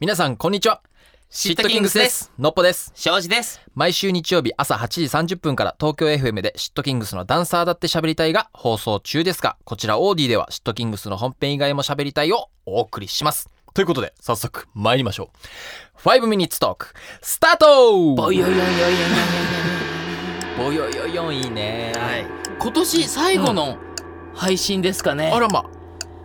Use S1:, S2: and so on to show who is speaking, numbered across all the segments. S1: 皆さん、こんにちは。
S2: シットキングスです。
S1: のっぽです。
S2: 庄司です。
S1: 毎週日曜日朝8時30分から東京 FM でシットキングスのダンサーだって喋りたいが放送中ですが、こちらオーディではシットキングスの本編以外も喋りたいをお送りします。ということで、早速参りましょう。5 minutes talk、スタート
S2: ボヨヨヨヨヨヨヨヨ
S1: ボヨヨヨンいいね。
S2: ヨ。はい。今年最後の配信ですかね。
S1: あらま。
S2: う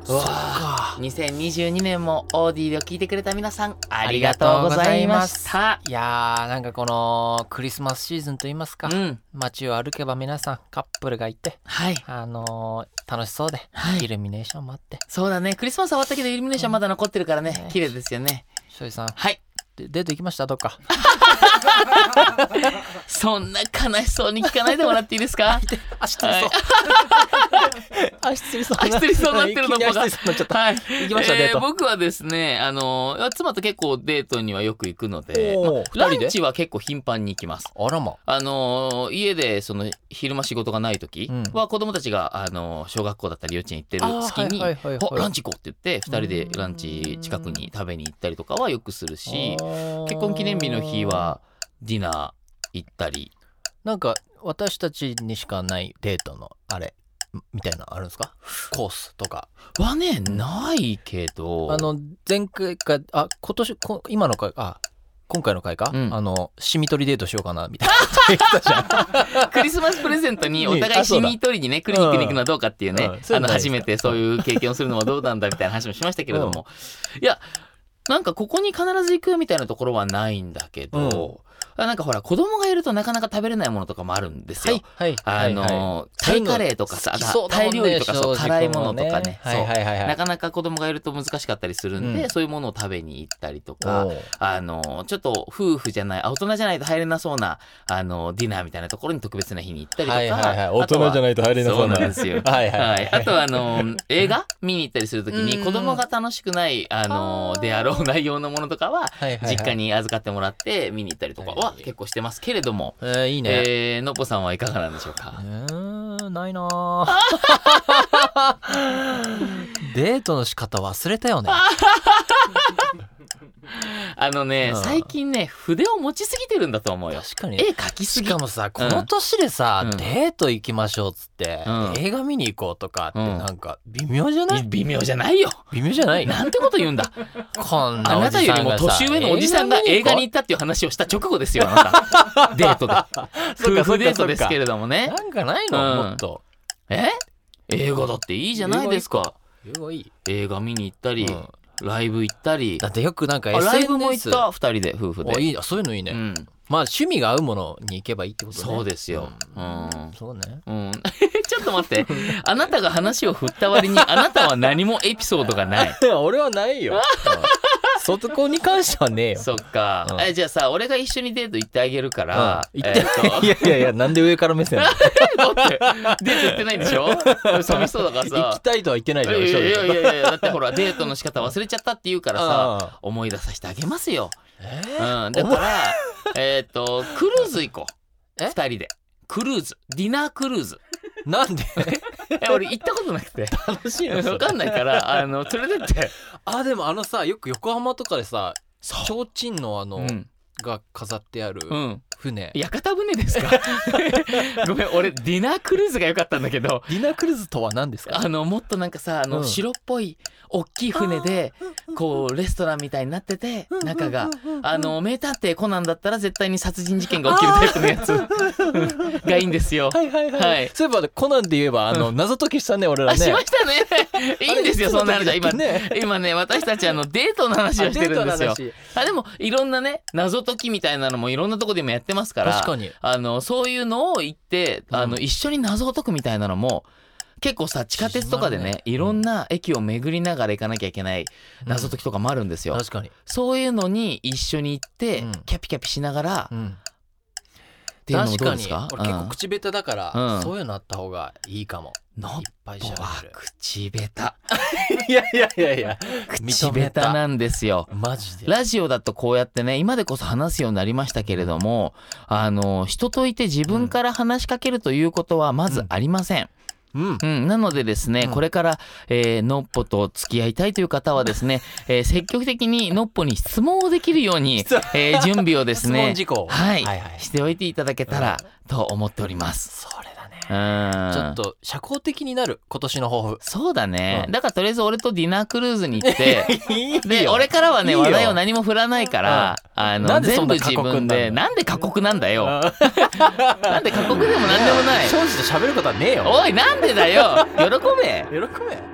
S1: そっ
S2: わ
S1: か。
S2: 2022年もオーディを聞いてくれた皆さんありがとうございました。
S1: いやー、なんかこのクリスマスシーズンと言います
S2: う
S1: か、
S2: ん。
S1: 街を歩けば皆さんカップルがいて、
S2: はい。
S1: あのー楽しそうで、
S2: はい
S1: イルミネーションもあって
S2: そうだね。クリスマス終わったけどイルミネーションまだ残ってるから
S1: う
S2: ね
S1: ん。
S2: 綺麗ですよね。
S1: しょうじさん
S2: はい。
S1: でデート行きましたどっか
S2: そんな悲しそうに聞かないでもらっていいですか
S1: 足つ
S2: りそう
S1: 足つりそう
S2: 足つりそうになってるの
S1: 急に
S2: 僕が
S1: 足つりそうになっちゃった
S2: はい。
S1: 行きました、デート、
S2: 僕はですね、あの、妻と結構デートにはよく行くので、
S1: おー
S2: まあ
S1: 二人で
S2: ランチは結構頻繁に行きます。
S1: あらま
S2: あのー家でその昼間仕事がない時
S1: うん
S2: は子供たちが、あのー小学校だったり幼稚園行ってる隙に「
S1: あーはいはいはいはい
S2: おランチ行こう」って言って2人でランチ近くに食べに行ったりとかはよくするし
S1: 結
S2: 結婚記念日の日はディナー行ったり
S1: なんか私たちにしかないデートのあれみたいなのあるんですかコースとか
S2: はねないけど
S1: あの前回かあ今年こ今の回あ今回の回か、
S2: うん
S1: あのしみ取りデートしようかなみたいな言ってたじゃん
S2: クリスマスプレゼントにお
S1: ね
S2: 互
S1: あ
S2: い
S1: そう
S2: し
S1: だ
S2: み取りにねクリニックに行くのはどうかっていうね、
S1: うんそうい
S2: あ
S1: うの
S2: の
S1: ないですか
S2: 初めてそういう経験をするのはどうなんだみたいな話もしましたけれども、いやなんかここに必ず行くみたいなところはないんだけど、あなんかほら子供がいるとなかなか食べれないものとかもあるんですよ。
S1: はい
S2: あのタイカレーとかさ、タイ料理とかそう辛いものとかね、
S1: はいはいはい
S2: そう
S1: は
S2: ないかなか子供がいると難しかったりするんで、
S1: うん
S2: そういうものを食べに行ったりとか、
S1: おー
S2: あの、ちょっと夫婦じゃない、あ大人じゃないと入れなそうな、あの、ディナーみたいなところに特別な日に行ったりとか。
S1: はいはいはい大
S2: あと
S1: 人じゃ
S2: い
S1: ないと入れなそうな
S2: そうなんですよ
S1: はいはい
S2: はい、あとはあの映画見に行ったりするとき
S1: うん
S2: に子供が楽しくないあのであろう内容のものとかは
S1: はいはいはい
S2: 実家に預かってもらって見に行ったりとかは結構してますけれども、
S1: えー、いいね、
S2: えーのっぽさんはいかがなんでしょう か
S1: うーんないな ーデートの仕方忘れたよね
S2: あのね
S1: うん
S2: 最近ね筆を持ちすぎてるんだと思うよ
S1: 確かに
S2: 絵描きす
S1: し
S2: ぎ
S1: かもさこの年でさ、
S2: うん
S1: デート行きましょうっつって、
S2: うん
S1: 映画見に行こうとかって
S2: うん
S1: なんか微妙じゃない、
S2: 微妙じゃないよ
S1: 微妙じゃない
S2: なんてこと言うんだ
S1: こんな
S2: あ
S1: お
S2: な
S1: じ
S2: たよ
S1: さ
S2: り
S1: ん
S2: も
S1: がさ
S2: 年上のおじさんが映画に行ったっていう話をした直後ですよ、あな た。デートで。
S1: そっか
S2: 夫
S1: そっかそっか
S2: 婦デートですけれどもね。
S1: なんかないの、
S2: うん
S1: もっと
S2: え映画だっていいじゃないですか。
S1: すごい、
S2: 映画見に行った
S1: う
S2: り、
S1: ん、
S2: ライブ行ったり
S1: だ。ってよくなんか
S2: あ
S1: SNS
S2: ライブも行った、二人で、夫婦
S1: お
S2: で。
S1: いいあそういうのいいね、
S2: うん、
S1: まあ趣味が合うものに行けばいいってことね
S2: そうですよ。うん。
S1: そうね
S2: うん、 ちょっと待って。あなたが話を振った割に、あなたは何もエピソードがない。
S1: 俺はないよそこに関してはねえよ
S2: そっか、
S1: うん
S2: えじゃあさ俺が一緒にデート行ってあげるか
S1: うん
S2: ら、
S1: 言って
S2: えーと
S1: いやいやいやなんで上から目 線なの
S2: だって デート行ってないんでし ょ寂しそうだからさ
S1: 行きたいとは言ってない
S2: い
S1: じゃ
S2: や
S1: ん
S2: い
S1: 正
S2: や
S1: 直
S2: いやいやいやだってほらデートの仕方忘れちゃったって言 うから
S1: あ
S2: さ思い出させてあげますよ、
S1: え
S2: うん、だからえっとクルーズ行こう
S1: え
S2: 2人でクルーズディナークルーズ
S1: ーなんで
S2: え俺行ったことなくて
S1: 楽しい のそれ
S2: 分かんないから あの連れてって
S1: あでもあのさよく横浜とかでさ
S2: そう
S1: 提灯のあ
S2: う
S1: の
S2: ん、
S1: が飾ってある
S2: うん、
S1: 船デ
S2: 屋形船ですか ごめん俺ディナークルーズが良かったんだけど
S1: ィナークルーズとは何ですか
S2: あのもっとなんかさあの、
S1: うん
S2: 白っぽい大きい船でこうレストランみたいになってて中が あの名探偵コナンだったら絶対に殺人事件が起きるタイプのや つがいいんですよ。
S1: はいはいは
S2: はいい
S1: そういえばコナンで言えばあの謎解きしたね俺ら
S2: あ
S1: ね
S2: しました ね。いいんですよ、
S1: あれ
S2: そんな話は。
S1: いつの
S2: 今
S1: 時だっけね
S2: ね、今ね、私たちあのデートの話をしてるんですよ
S1: あ。デートの話
S2: あでも、いろんなね、謎解きみたいなのもいろんなとこでもやってますから、
S1: 確かに
S2: あの、そういうのを行って、あの、
S1: うん
S2: 一緒に謎を解くみたいなのも、結構さ、地下鉄とかで
S1: 縮ま
S2: ね
S1: る、ね
S2: いろんな駅を巡りながら行かなきゃいけない謎解きとかもあるんですよ。
S1: 確かに
S2: そういうのに一緒に行って、
S1: うん
S2: キャピキャピしながら、
S1: うん
S2: っていうのも
S1: 確
S2: どう
S1: か
S2: で
S1: に
S2: すか
S1: 俺結構口下手だから、
S2: うん
S1: そういうのあった方がいいかも
S2: うんの
S1: い
S2: っ
S1: っぱい
S2: ぽ
S1: しゃ
S2: は
S1: べる
S2: 口下 手
S1: いやいやいやいや
S2: 口下手なんですよ
S1: マジで
S2: ラジオだとこうやってね今でこそ話すようになりましたけれどもあの人といて自分から話しかけるということはまずありません、
S1: うん。
S2: うん、なのでですね、
S1: うん
S2: これから、えー、のっぽと付き合いたいという方はで すね、えー積極的にのっぽに質問をできるように
S1: 質問、
S2: えー準備をです
S1: 質問
S2: ね、
S1: 事項。
S2: はい、
S1: はいはい
S2: しておいていただけたらと思っております。
S1: それだね。
S2: うん、ち
S1: ちょ
S2: ょ
S1: っと社交的になる今年の抱負。
S2: そうだね、
S1: うん
S2: だからとりあえず俺とディナークルーズに行って、
S1: いいよ
S2: で、俺からはね、
S1: いいよ
S2: 話題を何も振らないから、あ
S1: な
S2: の、
S1: んでそ
S2: 全
S1: ん
S2: 部
S1: な
S2: 自分で、なんで過酷なんだ よ。
S1: あ
S2: なんで過酷でもなんでもない
S1: 正。直と喋ることはねえよ。
S2: おい、なんでだよ喜べ
S1: 喜べ。